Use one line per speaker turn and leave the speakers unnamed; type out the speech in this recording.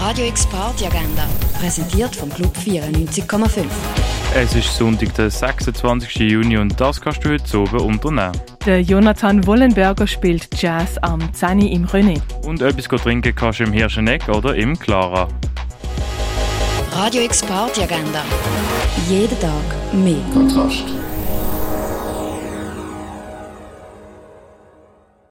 Radio X Party Agenda, präsentiert vom Club 94,5.
Es ist Sonntag, der 26. Juni und das kannst du heute oben unternehmen.
Der Jonathan Wollenberger spielt Jazz am Zani im René.
Und etwas trinken kannst du im Hirscheneck oder im Clara.
Radio X Party Agenda. Jeden Tag mehr.
Kontrast.